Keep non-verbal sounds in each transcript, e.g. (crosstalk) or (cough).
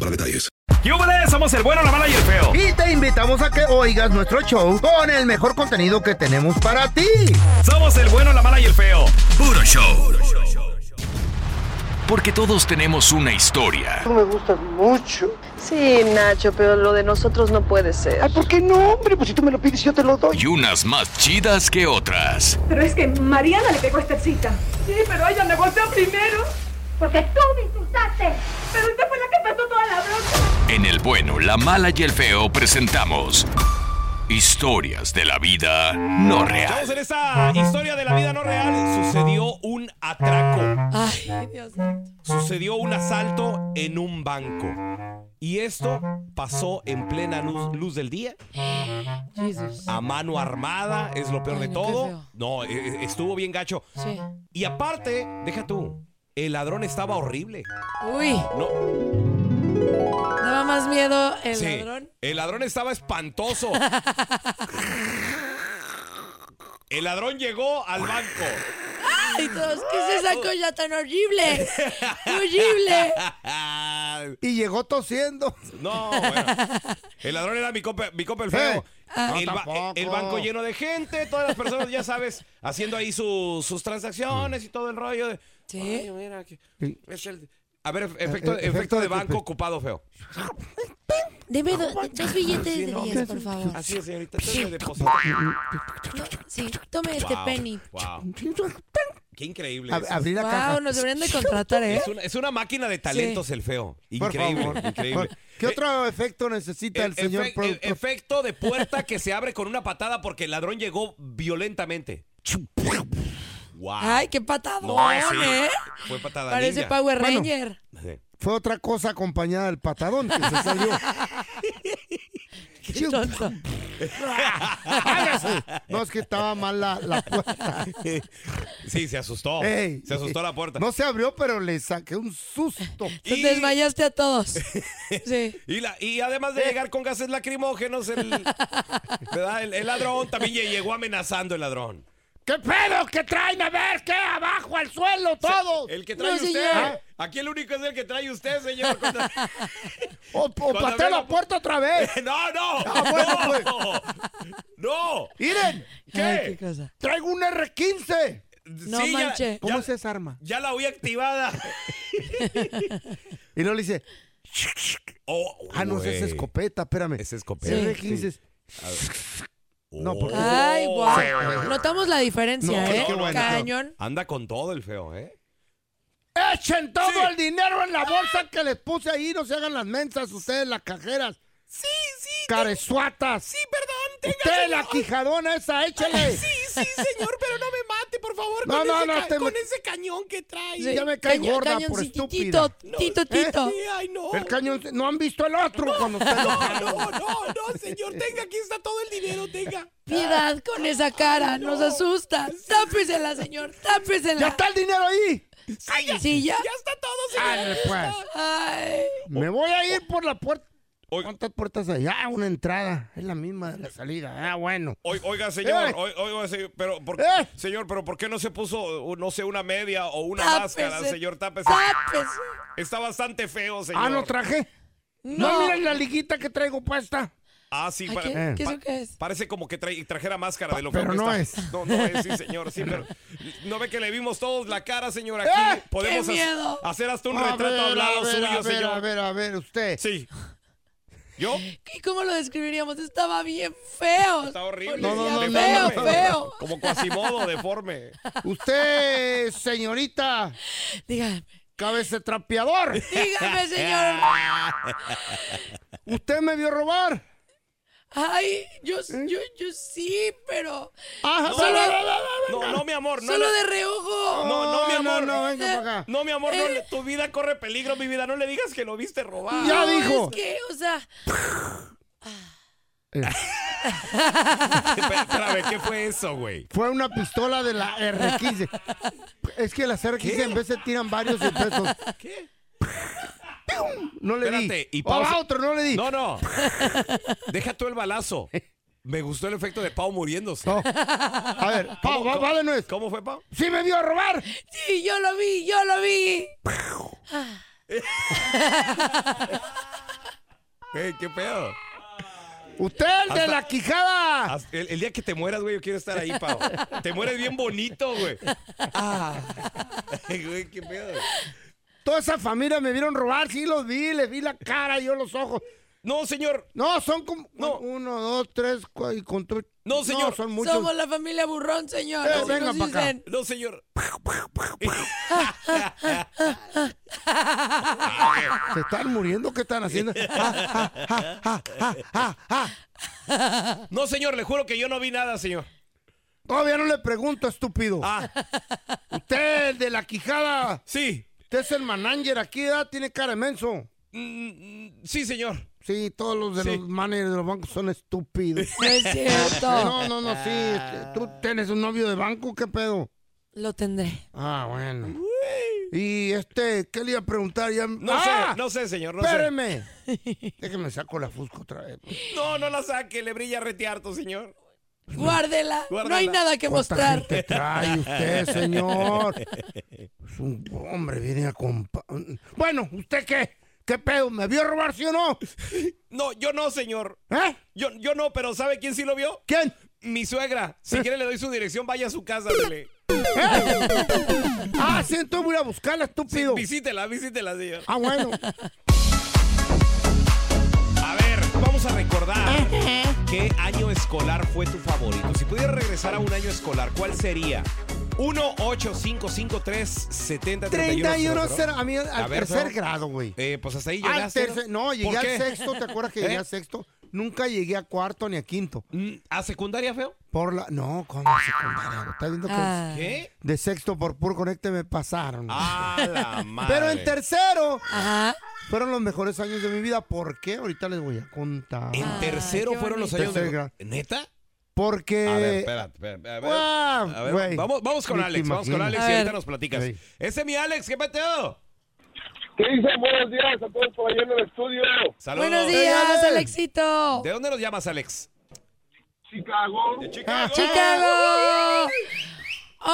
para detalles. ¡Yúbales! Somos el bueno, la mala y el feo. Y te invitamos a que oigas nuestro show con el mejor contenido que tenemos para (laughs) ti. Somos el bueno, la mala y el feo. Puro show. Porque todos tenemos una historia. Tú me gustas mucho. Sí, Nacho, pero lo de nosotros no puede ser. Ay, ¿por qué no, hombre? Pues si tú me lo pides, yo te lo doy. Y unas más chidas que otras. Pero es que Mariana le pegó esta cita. Sí, pero ella me volteó primero. Porque tú me insultaste. Pero usted fue la que pasó toda la bronca. En el bueno, la mala y el feo presentamos historias de la vida no real. Vamos en esta historia de la vida no real. Sucedió un atraco. Ay, Dios mío. Sucedió un asalto en un banco. Y esto pasó en plena luz, luz del día, Jesus. a mano armada, es lo peor Ay, de no, qué todo. feo. No, e- e- estuvo bien gacho. Sí. Y aparte, deja tú, el ladrón estaba horrible. Uy, No, daba más miedo el sí, ladrón. el ladrón estaba (laughs) espantoso. El ladrón llegó al banco. Ay, todos, ¿qué es esa cosa (laughs) tan horrible? ¡Horrible! Y llegó tosiendo. No, bueno. (laughs) El ladrón era mi copa, mi compa el feo. el, ba- Ah. eh, tampoco. el banco lleno de gente, todas las personas, ya sabes, haciendo ahí su- sus transacciones y todo el rollo. De, Sí. "Ay, mira que- Sí. es el- a ver, efe- efecto, eh, efecto efecto de de banco pe- ocupado feo. Deme do- dos billetes Sí, de no, 10, por favor. Así es, señorita. entonces le deposito. No, sí, tome este Wow, penny. wow. Qué increíble. Ab- es. abrí la Wow, caja. nos deberían de contratar, ¿eh? Es una, es una máquina de talentos el feo. Por Increíble, favor. increíble. ¿Qué Eh, otro efecto necesita el, El señor efe- el productor? efecto de puerta que se abre con una patada porque el ladrón llegó violentamente. Wow. Ay, qué patadón, sí. ¿eh? Fue patada Parece ninja. Power Bueno. Ranger. Sí. Fue otra cosa acompañada del patadón que se salió. (laughs) Qué tonto. Cállese. No, es que estaba mal la, la (laughs) puerta. Sí, se asustó. Ey. Oh, se asustó la puerta. (laughs) No se abrió, pero le saqué un (laughs) susto. Los Y- desmayaste a todos. Sí. Y, la- y además Eh. de llegar con gases lacrimógenos, el, ¿verdad? el, el ladrón también lle- llegó amenazando el ladrón. ¿Qué pedo que traen? A ver, ¿qué? Abajo, al suelo, (laughs) todos. Ah, El que trae No, usted. Ah. señor. Aquí el único es el que trae usted, señor. (laughs) O, o Cuando patea la vengo- puerta otra vez. (laughs) No, no. Ah, bueno, pues. no. No. Miren, ¿Qué? Ay, qué cosa. traigo un R15. No Sí, ya- manche. ¿Cómo ya- se desarma? (laughs) Ya la voy activada. Y luego le dice, Oh, ah, no, esa es güey. escopeta, espérame. Es escopeta. R15. es- No, porque- Ay, Oh. guau. Notamos la diferencia, No, ¿eh? qué bueno. Cañón. Anda con todo el feo, ¿eh? Echen todo Sí. el dinero en la bolsa que les puse ahí, no se hagan las mensas ustedes, las cajeras. Sí, sí. Carezuatas. perdón. Usted, la quijadona esa, échele. sí, (laughs) señor, pero no me mate, por favor, No, con no, ese no, ca- te- con ese cañón que trae. Ya me cae Cañón- gorda por estúpida. cañoncitito, ¿Eh? (laughs) Tito, tito. ay, no. El cañón, no han visto el otro cuando usted lo (laughs) jala. no, no, señor, tenga, aquí está todo el dinero, tenga. ¡Ah! Piedad con esa cara, nos asusta. Tápesela, señor, ¡Ya tápesela. está el dinero ahí! Sí, ya, ya está todo, Ándale, pues. Ay. Me voy a ir por la puerta. ¿Cuántas puertas hay? Ah, una entrada. Es la misma de la salida. Ah, bueno. Oi- Oiga, señor, Eh. oi- oiga, señor, pero por, señor, pero ¿por qué no se puso, u- no sé, una media o una Tápese, máscara, señor? Tápese. tápese. Está bastante feo, señor. Ah, ¿no traje? No. No. miren la liguita que traigo puesta. Ah, sí, ¿Ah, para- qué? ¿Qué es pa- lo que es? Parece como que tra- trajera máscara de lo feo pero que no está. es. No, no (laughs) es, sí, señor, sí, pero no ve que le vimos todos la cara, señor, aquí. ¡Eh! Podemos ¡Qué ha- miedo! hacer hasta un A retrato ver, hablado a ver, suyo, a ver, señor. A ver, a ver, usted. Sí. ¿Yo? ¿Y cómo lo describiríamos? Estaba bien feo. Está horrible. No, no, no, feo, no, no. feo. (laughs) Como Quasimodo, deforme. Usted, señorita. Dígame. Cabece trapeador. (laughs) Dígame, señor. ¿Usted me vio (laughs) robar? Ay, yo, yo, yo sí, pero. Ah, solo, No, no, mi amor. No, solo no. de reojo. No, no, mi amor. Eh, No, mi amor, no Eh. le- tu vida corre peligro, mi vida. No le digas que lo viste robar. no, Es que, o sea. Espera, espérame, ¿qué fue eso, güey? Fue una pistola de la R15. Es que las R15 en vez se tiran varios impresos. ¿Qué? No le Espérate, di. y pausa. Oh, a otro no le di. (laughs) No, no. Deja tú el balazo. Me gustó el efecto de Pau muriéndose. A ver, Pau, va, va de nuez. ¿Cómo fue, Pau? ¡Sí me vio robar! Sí, yo lo vi, yo lo vi. Ey, ¿Qué pedo? ¡Usted el de Hasta- la quijada! Hasta El, el día que te mueras, güey, yo quiero estar ahí, Pau. Te mueres bien bonito, güey. (laughs) Ah. Güey, ¿Qué pedo? Toda esa familia me vieron robar, sí los vi, les vi la cara, yo los ojos. No, señor. No, son como. Uno, dos, tres, cua- y con tu- No, señor. son muchos. Somos la familia burrón, señor. Eh, así venga nos pa' acá. dicen. No, señor. (laughs) ¿Se están muriendo? ¿Qué están (laughs) haciendo? Ah, ah, ah, ah, ah, ah. No, señor, le juro que yo no vi nada, señor. Todavía no le pregunto, estúpido. (laughs) Usted, el de la quijada. Ah. Sí. Usted es el manager aquí, ¿verdad? Tiene cara de menso. Mm, sí, señor. Sí, todos los de Sí. los managers de los bancos son estúpidos. (laughs) No es cierto. No, no, no, sí. Ah. este, ¿Tú tienes un novio de banco? ¿Qué pedo? Lo tendré. Ah, bueno. Y este, ¿qué le iba a preguntar? Ya... No ¡Ah! sé, no sé, señor. No sé. (laughs) Espéreme. Déjeme saco la fusco otra vez. No, no la saque, le brilla retearto, señor. Guárdela. No hay Guárdala. nada que ¿Cuánta mostrar. gente trae usted, (laughs) señor? Es un hombre, viene a compa... Bueno, ¿usted qué? ¿Qué pedo? ¿Me vio robar, sí o no? No, yo no, señor. ¿Eh? Yo, yo no, pero ¿sabe quién sí lo vio? ¿Quién? ¿Eh? Mi suegra. Si quiere le doy su dirección, vaya a su casa, dile. Ah, sí, entonces voy a ir a buscarla, estúpido. Visítela, visítela, señor. Ah, (laughs) bueno. A ver, vamos a recordar qué año escolar fue tu favorito. Si pudieras regresar a un año escolar, ¿cuál sería? 1 8 5 5 3 70 31 cero, a mí al- A al ver, tercer bro. grado, güey. Eh, pues hasta ahí Al llegaste. tercer- no, llegué ¿Por al qué? sexto, ¿te acuerdas que llegué (laughs) ¿Eh? al sexto? Nunca llegué a cuarto ni a quinto. Mm, ¿A secundaria, feo? Por la. No, cuando secundaria. güey? ¿Estás viendo que Ah. ¿Qué? de sexto por puro conecte me pasaron? güey? A la (laughs) madre. Pero en tercero Ajá. fueron los mejores años de mi vida. ¿Por qué? Ahorita les voy a contar. En Ah, tercero qué fueron los bonito. años Tercer grado. de... ¿Neta? Porque. A ver, espérate, espérate. A ver, Ah, a ver, güey. vamos, vamos con Ni te Alex, vamos con imaginas. Alex A y ver. ahorita nos platicas. Güey. Ese es mi Alex, ¿qué pateo? ¿Qué dicen? Buenos días a todos por allá en el estudio. Saludos. Buenos (laughs) Hey, días, Ale. Alexito. ¿De dónde nos llamas, Alex? Chicago. De Chicago. Chicago.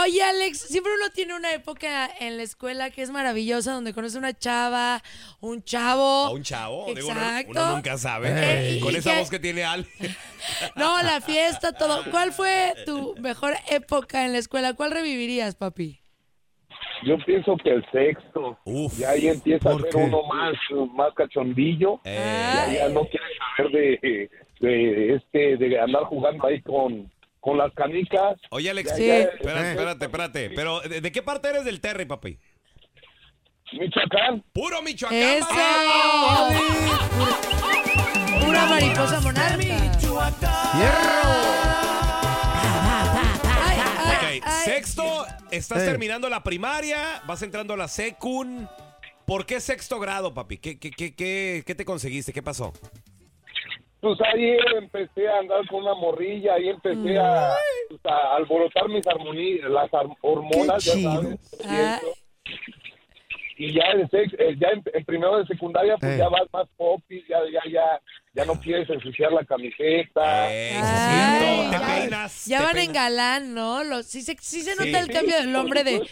Oye, Alex, siempre uno tiene una época en la escuela que es maravillosa, donde conoce una chava, un chavo. A un chavo, digo, uno, Oh, Exacto. uno nunca sabe. Ey. Con ¿Y esa qué? voz que tiene Alex. No, la fiesta, todo. ¿Cuál fue tu mejor época en la escuela? ¿Cuál revivirías, papi? Yo pienso que el sexto. Uf. Ya ahí empieza a ¿Por ser qué? uno más, más cachondillo. Eh, Ya no quiere saber de, de este, de andar jugando ahí con, con las canicas. Oye, Alex, Sí. espérate, espérate, espérate. Pero, ¿de, de qué parte eres del Terry, papi? Michoacán. ¡Puro Michoacán! ¡Eso! Una mariposa monarca. Ay, ay, papi. Ok, ay. sexto, estás Ey. terminando la primaria, vas entrando a la secun. ¿Por qué sexto grado, papi? ¿Qué, qué, qué, qué, qué te conseguiste? ¿Qué pasó? Pues ahí empecé a andar con una morrilla, ahí empecé a, pues, a alborotar mis armonías, las ar- hormonas, Qué ya sabes. chido. Ah, y ya en, sex- eh, ya en, en primero de secundaria pues Eh. ya vas más popis, ya, ya, ya, ya no quieres ensuciar la camiseta. Eh, Ah, Ya van en galán, ¿no? Los- sí, se, sí se nota el cambio del hombre de,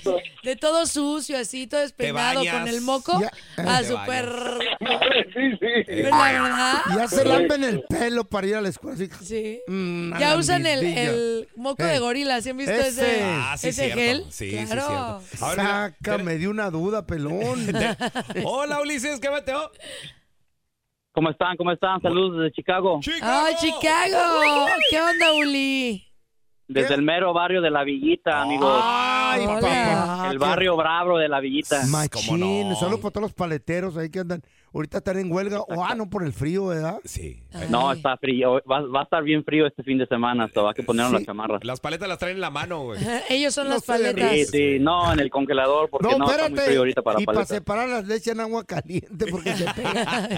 de todo sucio, así, todo despeinado, bañas. con el moco, Ya. eh. a Te súper... (laughs) Eh, La verdad. Pues, eh, Ya se lampen el pelo para ir a la escuela. así que- Sí. Mm, a Ya la usan el, mirdilla. el moco de Eh. gorila, ¿sí han visto Ese. ese, Ah, sí, ese cierto. gel? Sí, sí, claro. Ahora, mira, Sácame de una duda, pelón. (laughs) Hola Ulises, ¿qué mateo? ¿Cómo están? ¿Cómo están? Saludos desde Chicago. ¡Ah, Chicago! ¿Qué onda, Uli? Desde el mero barrio de La Villita, amigos. Ay, papá. El barrio bravo de La Villita. Machín, solo para todos los paleteros ahí que andan. Ahorita están en huelga. O, ah, no, por el frío, ¿verdad? Sí. No, está frío. Va, va a estar bien frío este fin de semana, so hay que ponernos las chamarras. Las paletas las traen en la mano, güey. (laughs) Ellos son las Sí, paletas. sí, no, en el congelador, porque no, está muy frío ahorita para y para paletas. separar las leches en agua caliente porque se (laughs) pega.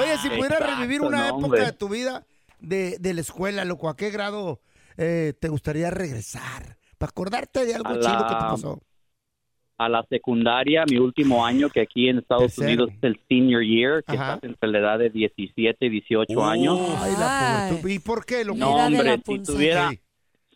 Oye, si pudieras Exacto, revivir una no, época hombre. de tu vida de, de la escuela, loco, ¿a qué grado eh, te gustaría regresar? Para acordarte de algo A chido que te la- pasó. a la secundaria, mi último año, que aquí en Estados Tercero. Unidos es el senior year, que Ajá. estás entre la edad de 17 y 18 años. Ay, la juventud. ¿Y por qué, loco? No, hombre, si tuviera,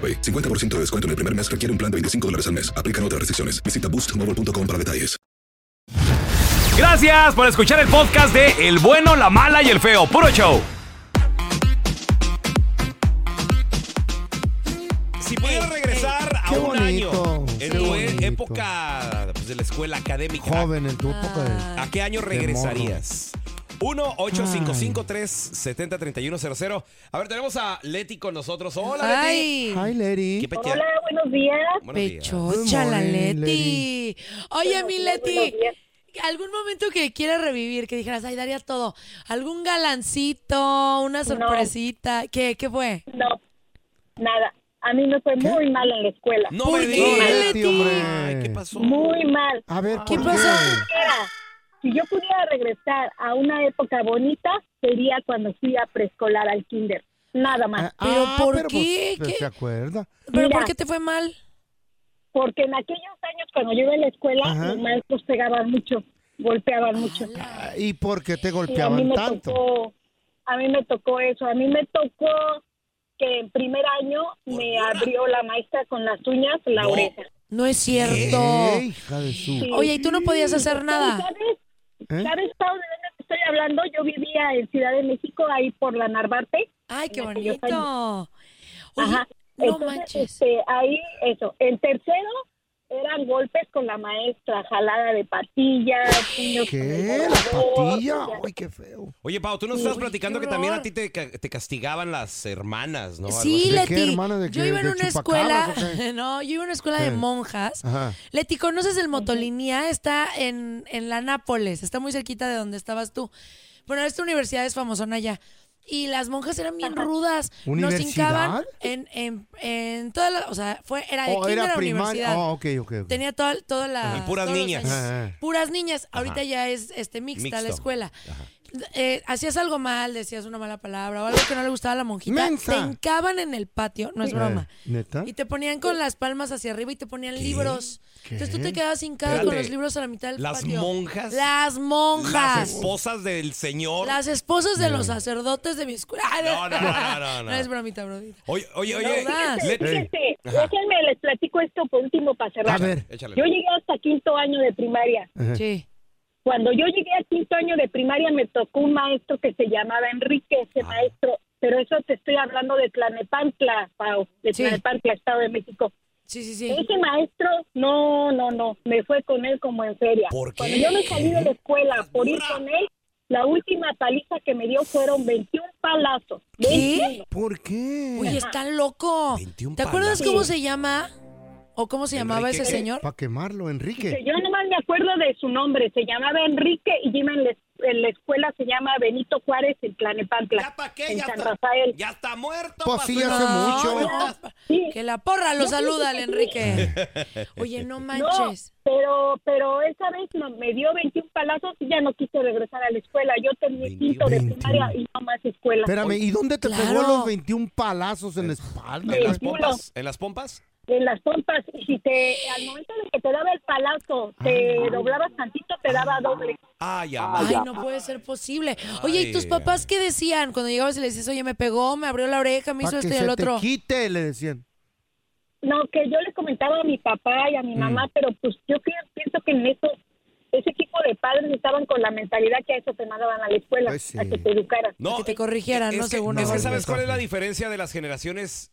50% de descuento en el primer mes requiere un plan de 25 dólares al mes. Aplican otras restricciones. Visita boostmobile.com para detalles. Gracias por escuchar el podcast de El bueno, la mala y el feo. Puro show. Si pudieras regresar a Qué un año bonito, en Eh, qué tu e- bonito. época Ah. pues, de la escuela académica, Joven en tu época de... ¿a qué año de regresarías? 1-855-370-3100. A ver, tenemos a Leti con nosotros. Hola, Leti. Ay, ¿Qué petea? Hola, buenos días. Buenos días. Pechocha Good la morning, Leti. lady. Oye, mi Buenos días, Leti, algún momento que quieras revivir, que dijeras, ay, daría todo. ¿Algún galancito, una sorpresita? ¿Qué, ¿Qué fue? No, nada. A mí me fue muy mal en la escuela. No ¿Por me qué, digas. Leti? ¿qué Eh. pasó? Muy mal. A ver, ¿qué pasó? Si yo pudiera regresar a una época bonita, sería cuando fui a preescolar al kinder. Nada más. ¿Pero Ah, por pero, qué? pues, ¿Qué? ¿Se acuerda? ¿Pero Mira. por qué te fue mal? Porque en aquellos años, cuando yo iba a la escuela, Ajá. los maestros pegaban mucho, golpeaban mucho. ¿Y por qué te Sí, a mí golpeaban me tanto? tocó, a mí me tocó eso, a mí me tocó que en primer año me abrió la maestra con las uñas la oreja. No es cierto. ¿Qué, Eh, hija de su... Sí. Oye, ¿y tú no podías hacer nada? ¿Sabes? ¿Eh? ¿Sabes, Pau, de dónde te estoy hablando? Yo vivía en Ciudad de México, ahí por la Narvarte. Ay, qué en aquellos años. bonito. Oye, Ajá. no Entonces, manches. este, ahí, eso. En tercero, eran golpes con la maestra, jalada de patillas, puños con el ¿Qué? ¿La borrador, patilla? o sea, Ay, qué feo. Oye, Pau, tú nos estabas platicando qué que también a horror. ti te, ca- te castigaban las hermanas, ¿no? Algo Sí, así. ¿De qué, Leti. hermana? ¿De yo qué? iba en ¿De una chupacabras escuela, o qué? (laughs) no, yo iba en una escuela Eh. de monjas. Ajá. Leti, ¿conoces el Motolinía? Está en, en la Nápoles, está muy cerquita de donde estabas tú. Bueno, esta universidad es famosona allá. Y las monjas eran bien rudas. Nos hincaban ¿Universidad? en, en, en toda la, o sea, fue, era de ¿O kinder era a primaria? universidad. Ah, ok, ok, ok. Tenía toda, toda la. Y puras todos los niñas. años. Ah, ah. Puras niñas. Ahorita Ajá. ya es este mixta la Mixto. escuela. Eh, hacías algo mal, decías una mala palabra o algo que no le gustaba a la monjita. Mensa. Te hincaban en el patio, no es broma. Eh, ¿Neta? Y te ponían con las palmas hacia arriba y te ponían libros. ¿Qué? Entonces tú te quedabas hincado Espérate. con los libros a la mitad del Las patio. monjas. Las Las monjas. esposas del señor. Las esposas de los sacerdotes de mi escuela. Ay, No, no, no, (laughs) no, no. es bromita, bromita. Oye, oye, No oye. más. Leti. Fíjense, Ajá. déjenme les platico esto por último para cerrar. A ver. Échale. Yo llegué hasta quinto año de primaria. Sí. Cuando yo llegué a quinto año de primaria me tocó un maestro que se llamaba Enrique, Ah. ese maestro, pero eso te estoy hablando de Tlanepantla, Pau, de Sí. Tlanepantla, Estado de México. Sí, sí, sí. Ese maestro, no, no, no, me fue con él como en feria. ¿Por qué? Cuando yo me salí de la escuela por ir con él, la última paliza que me dio fueron 21 palazos. ¿Qué? ¿Por qué? Uy, está loco. 21 ¿Te acuerdas palazos. cómo se llama? ¿O cómo se llamaba Enrique, ese ¿qué? señor? Para quemarlo, Enrique. Yo nomás me acuerdo de su nombre, se llamaba Enrique y iba en la, en la escuela, se llama Benito Juárez en Tlanepantla, ¿Ya pa' qué? en Ya San está- Rafael. Ya está muerto. Pues sí, pasó. hace mucho. Sí, Que la porra lo saluda al Enrique. Oye, no manches. No, pero, pero esa vez no- me dio 21 palazos y ya no quise regresar a la escuela. Yo terminé quinto de 21. primaria y no más escuela. Espérame, ¿y dónde te pegó los 21 palazos en la espalda? En las pompas, ¿En las pompas? En las pompas, y si te, al momento de que te daba el palazo, te doblabas tantito, te daba doble. Ay, amor. Ay, no puede ser posible. Oye, ¿y tus Ay. papás qué decían cuando llegabas y le decías, oye, me pegó, me abrió la oreja, me Para hizo que esto y se el te otro? quite, le decían. No, que yo le comentaba a mi papá y a Mm. mi mamá, pero pues yo que- pienso que en eso, ese tipo de padres estaban con la mentalidad que a eso te mandaban a la escuela, Pues sí. a que te educaran. No, que te corrigieran, es ¿no? que- Según es que nosotros. ¿sabes cuál es la diferencia de las generaciones,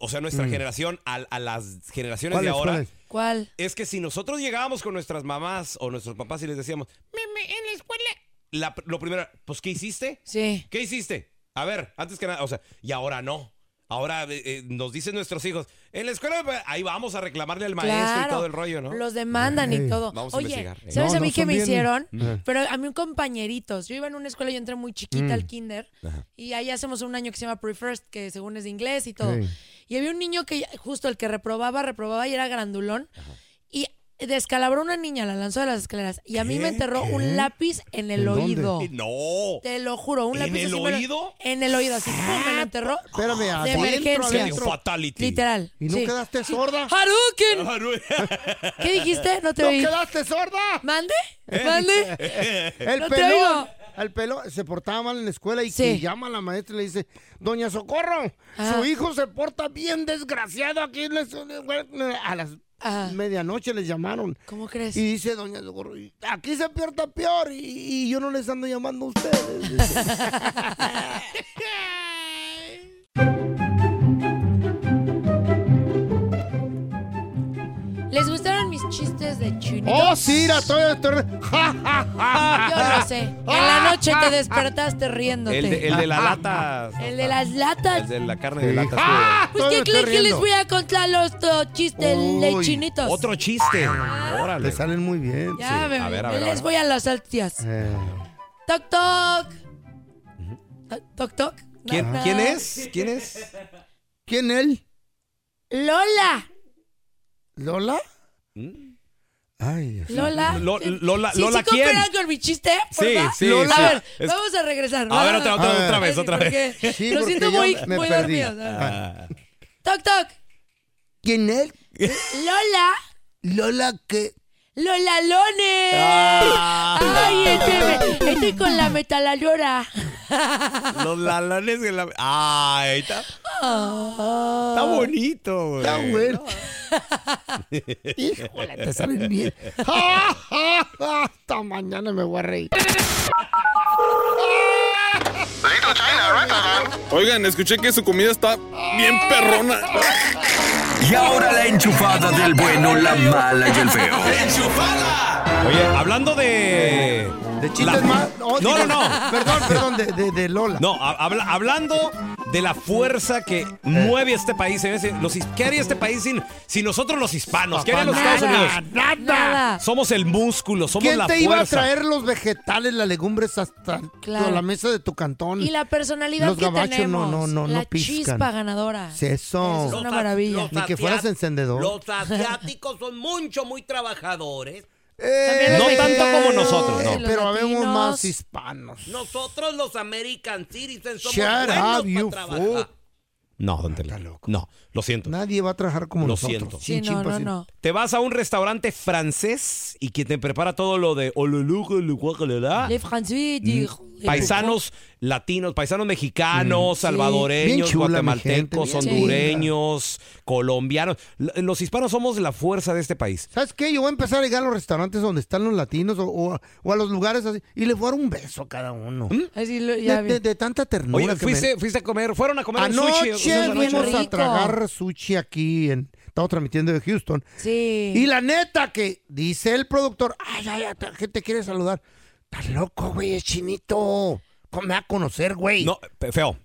o sea, nuestra generación a, a las generaciones de ¿Cuáles, ahora? cuáles? ¿Cuál? Es que si nosotros llegábamos con nuestras mamás o nuestros papás y les decíamos, en la escuela. la- lo primero, pues, ¿qué hiciste? Sí. ¿Qué hiciste? A ver, antes que nada, o sea, y ahora no. Ahora eh, eh, nos dicen nuestros hijos, en la escuela pues, ahí vamos a reclamarle al maestro y Claro, todo el rollo, ¿no? Los demandan y Ey. todo. Vamos a Oye, investigar. ¿sabes No, a mí no, qué son me bien- hicieron? Ajá. Pero a mí un compañeritos. Yo iba en una escuela, yo entré muy chiquita Mm. al kinder Ajá. y ahí hacemos un año que se llama Pre-First, que según es de inglés y todo. Ey. Y había un niño que, justo el que reprobaba, reprobaba y era grandulón. Y descalabró una niña, la lanzó de las escaleras. Y a mí me enterró un lápiz en el oído. No. Te lo juro, un ¿En lápiz el así me lo- oído? Ah, en el oído, así ¡pum! me lo enterró. Espérame, Ah, de adentro, emergencia. adentro. Fatality. Literal. ¿Y no sí. quedaste sorda? ¡Haruken! ¿Qué dijiste? No te oí. quedaste sorda? ¿Mande? ¿Eh? (laughs) ¿Mande? El No te pelón. oigo. El pelón se portaba mal en la escuela y Sí. que llama a la maestra y le dice, Doña Socorro, Ah. su hijo se porta bien desgraciado aquí en la escuela". A las medianoche les llamaron. Ah. ¿Cómo crees? Y dice Doña Socorro, "Y aquí se porta peor y, y yo no les ando llamando a ustedes. Dice. Ah. ¿Les gustaron mis chistes de chunitos? oh, sí, la estoy... estoy- Ja, ja, ja. (laughs) Yo lo sé. En la noche te despertaste riéndote. El de, el de Ah, la lata. El de las latas. El de la carne de lata. Ah. Pues qué creen que les voy a contar los oh, chistes de Uy, chinitos. Otro chiste. Te salen muy bien. Ya, Sí. me- les voy a las altias. Eh, Toc toc. Toc, Toc toc. ¿Quién, Na, quién na. es? ¿Quién es? ¿Quién él? Lola. ¿Lola? Ay, Dios. Lola. Pues, Lo- Lola, Sí, Lola sí ¿quién? cooperan con mi chiste? por Sí, favor? sí, Lola. sí. A ver, Es- vamos a regresar. A ver, otra, otra, Ah, otra vez, sí, otra vez. porque Sí, Lo porque siento yo muy, me muy perdí. dormido. Ah. Toc, toc. ¿Quién él? Lola. Lola, ¿qué? Lola Lone. Ah. Ay, espérame, Estoy con la metalalora. Los lalones de la. ¡Ay! Está, Ah. está Ah. bonito, güey. Está bueno. (laughs) Híjole, te salen bien. (laughs) ¡Ja, ja, ja! Hasta mañana me voy a reír. Oigan, escuché que su comida está bien perrona. Y ahora la enchufada del bueno, la mala y el feo. Oye, hablando de. De Chistes más- oh, No, no, digo, no. Perdón, perdón, de, de- de Lola. Eh. No, ha- habla- hablando de la fuerza que mueve este país. señores, Los, his- ¿Qué haría este país sin, sin nosotros los hispanos? ¿Qué harían los Nada, Estados Unidos? nada. Nada. Somos el músculo, somos ¿Quién la te fuerza. iba a traer los vegetales, las legumbres hasta Claro. la mesa de tu cantón? Y la personalidad Los que gabachos tenemos. no, no, no, la no piscan. chispa ganadora. Sí, eso. es una maravilla. Ni que fueras este encendedor. asiáticos son mucho, muy trabajadores. No tanto como nosotros, no. Eh, Pero habemos más hispanos. Nosotros los American citizens Shut up, you fool. No, don Tela. No, lo siento. Nadie va a trabajar como Lo nosotros. siento. Sin Sí, no, chimpas, no, sin- no. Te vas a un restaurante francés y quien te prepara todo lo de olulú, olulú, guacalala. Le Mm. François dijo. Paisanos latinos, paisanos mexicanos, Sí. salvadoreños, Mm. Bien chula mi guatemaltecos, gente, bien hondureños, colombianos. L- Los hispanos somos la fuerza de este país. ¿Sabes qué? Yo voy a empezar a ir a los restaurantes donde están los latinos o, o a- o a los lugares así y les voy a dar un beso a cada uno. Así lo- ya De, vi. de- de tanta ternura. ¿Mm? Oye, que fuiste, me- fuiste a comer, fueron a comer un Anoche sushi. ustedes anoche? fuimos a Rico. tragar sushi aquí en. Estaba transmitiendo de Houston. Sí. Y la neta que dice el productor, ay, ay, ay, ¿qué te quiere saludar? Estás loco, güey, es chinito. ¿Cómo me va a conocer, güey? No, pe- feo,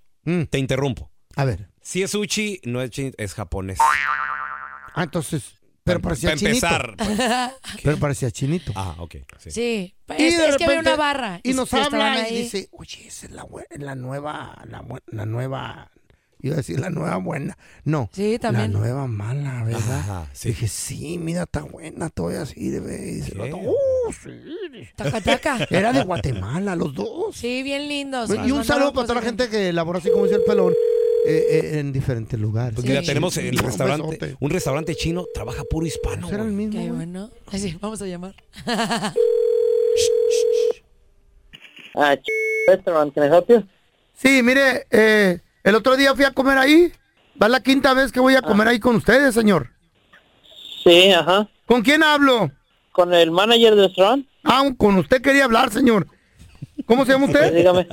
te interrumpo. Mm. A ver. Si es sushi, no es chin- es japonés. Ah, entonces. Pero parecía para empezar, chinito. (laughs) Pero parecía chinito. Ah, ok. Sí. Y Es, de es que había repente- una barra. Y es nos que estaban habla y ahí. dice, oye, esa es la, bue- la nueva, la, bue- la nueva Iba a decir la nueva buena. No. Sí, también. La nueva mala, ¿verdad? Ajá, Dije, sí, mira, está buena, todavía sirve. Y se lo tomo. (laughs) Tacataca. Era de Guatemala, los dos. Sí, bien lindos. Y un saludo para toda la gente que labora así como dice el pelón eh, eh, en diferentes lugares. Pues mira, tenemos el Un restaurante, besote. un restaurante chino, trabaja puro hispano. Era el mismo. ¿eh? Qué bueno. (laughs) Ay, sí, vamos a llamar. Ah, restaurant, can I help you? Sí, mire, eh, el otro día fui a comer ahí. Va la quinta vez que voy a comer ahí con ustedes, señor. Ah. Sí, ajá. ¿Con quién hablo? Con el manager del restaurante. Ah, con usted quería hablar, señor. ¿Cómo se llama usted? Dígame.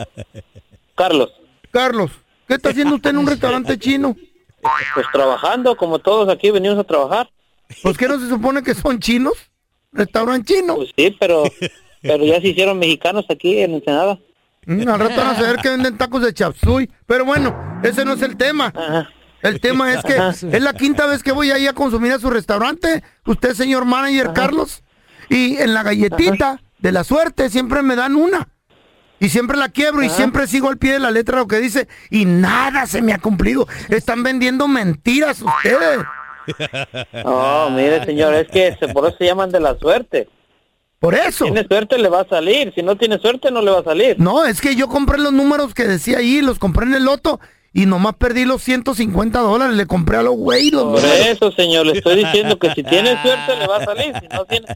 Carlos. Carlos, ¿qué está haciendo usted en un restaurante chino? Pues trabajando, como todos aquí venimos a trabajar. ¿Pues qué no se supone que son chinos? ¿Restaurante chino? Pues sí, pero, pero ya se hicieron mexicanos aquí en Ensenada. Mm, al rato van a saber que venden tacos de chapsuy. Pero bueno, ese no es el tema. El tema es que Ajá. es la quinta vez que voy ahí a consumir a su restaurante. Usted, señor manager Carlos. Y en la galletita de la suerte siempre me dan una. Y siempre la quiebro y siempre sigo al pie de la letra lo que dice. Y nada se me ha cumplido. Están vendiendo mentiras ustedes. No, mire, señor, es que se- por eso se llaman de la suerte. Por eso. Si tiene suerte, le va a salir. Si no tiene suerte, no le va a salir. No, es que yo compré los números que decía ahí, los compré en el loto. Y nomás perdí los 150 dólares. Le compré a los güey los Por números. eso, señor, le estoy diciendo que si tiene (laughs) suerte, le va a salir. Si no, tiene,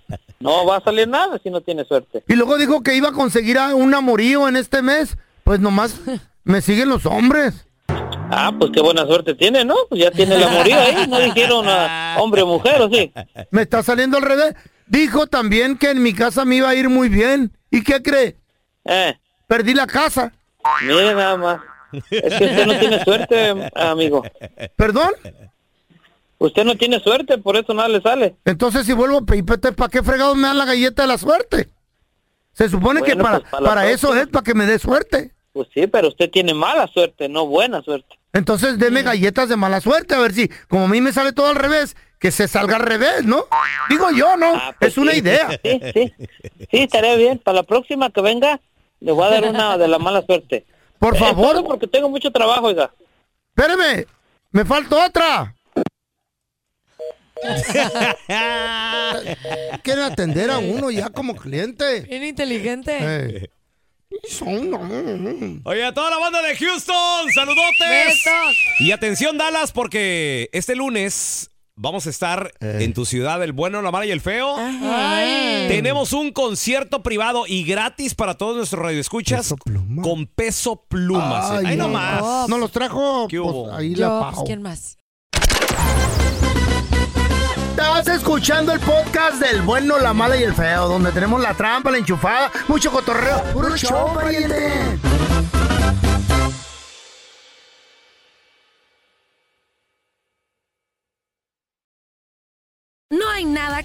no va a salir nada si no tiene suerte. Y luego dijo que iba a conseguir a un amorío en este mes. Pues nomás me siguen los hombres. Ah, pues qué buena suerte tiene, ¿no? Pues ya tiene la moría ahí. No dijeron a hombre o mujer, ¿o sí? Me está saliendo al revés. Dijo también que en mi casa me iba a ir muy bien. ¿Y qué cree? Eh. Perdí la casa. Mire nada más. Es que usted no tiene suerte, amigo. ¿Perdón? Usted no tiene suerte, por eso nada le sale. Entonces si vuelvo a pedir pete, ¿para qué fregados me dan la galleta de la suerte? Se supone que Bueno, para, pues, para la para eso es, para que me dé suerte. Pues sí, pero usted tiene mala suerte, no buena suerte. Entonces deme galletas de mala suerte, a ver si, como a mí me sale todo al revés, que se salga al revés, ¿no? Digo yo, ¿no? es una Ah, pues sí, idea. Sí, sí. Sí, estaría bien. Para la próxima que venga, le voy a dar una de la mala suerte. Por favor. porque tengo mucho trabajo, oiga. Espéreme, me falta otra. (laughs) Quieren atender a uno ya como cliente. Bien inteligente. Eh. Son, no. eh. Oye, a toda la banda de Houston, saludotes. Besos. Y atención, Dallas, porque este lunes vamos a estar Eh. en tu ciudad, el bueno, la mala y el feo. Tenemos un concierto privado y gratis para todos nuestros radioescuchas con peso pluma. Ay, Ahí no. nomás. No los trajo. ¿Qué pues, hubo? ahí Yo, la pues, pajo. ¿quién más? Estás escuchando el podcast del bueno, la mala y el feo, donde tenemos la trampa, la enchufada, mucho cotorreo. ¡Puro show, pariente! No hay nada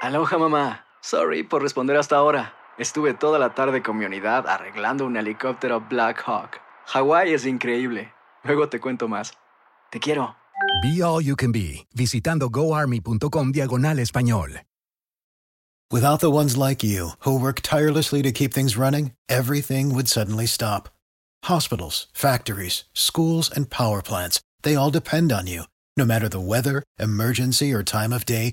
Aloha mamá, sorry por responder hasta ahora. Estuve toda la tarde con mi unidad arreglando un helicóptero Black Hawk. Hawái es increíble. Luego te cuento más. Te quiero. Be All You Can Be, visitando goarmy.com diagonal español. Without the ones like you, who work tirelessly to keep things running, everything would suddenly stop. Hospitals, factories, schools, and power plants, they all depend on you. No matter the weather, emergency, or time of day,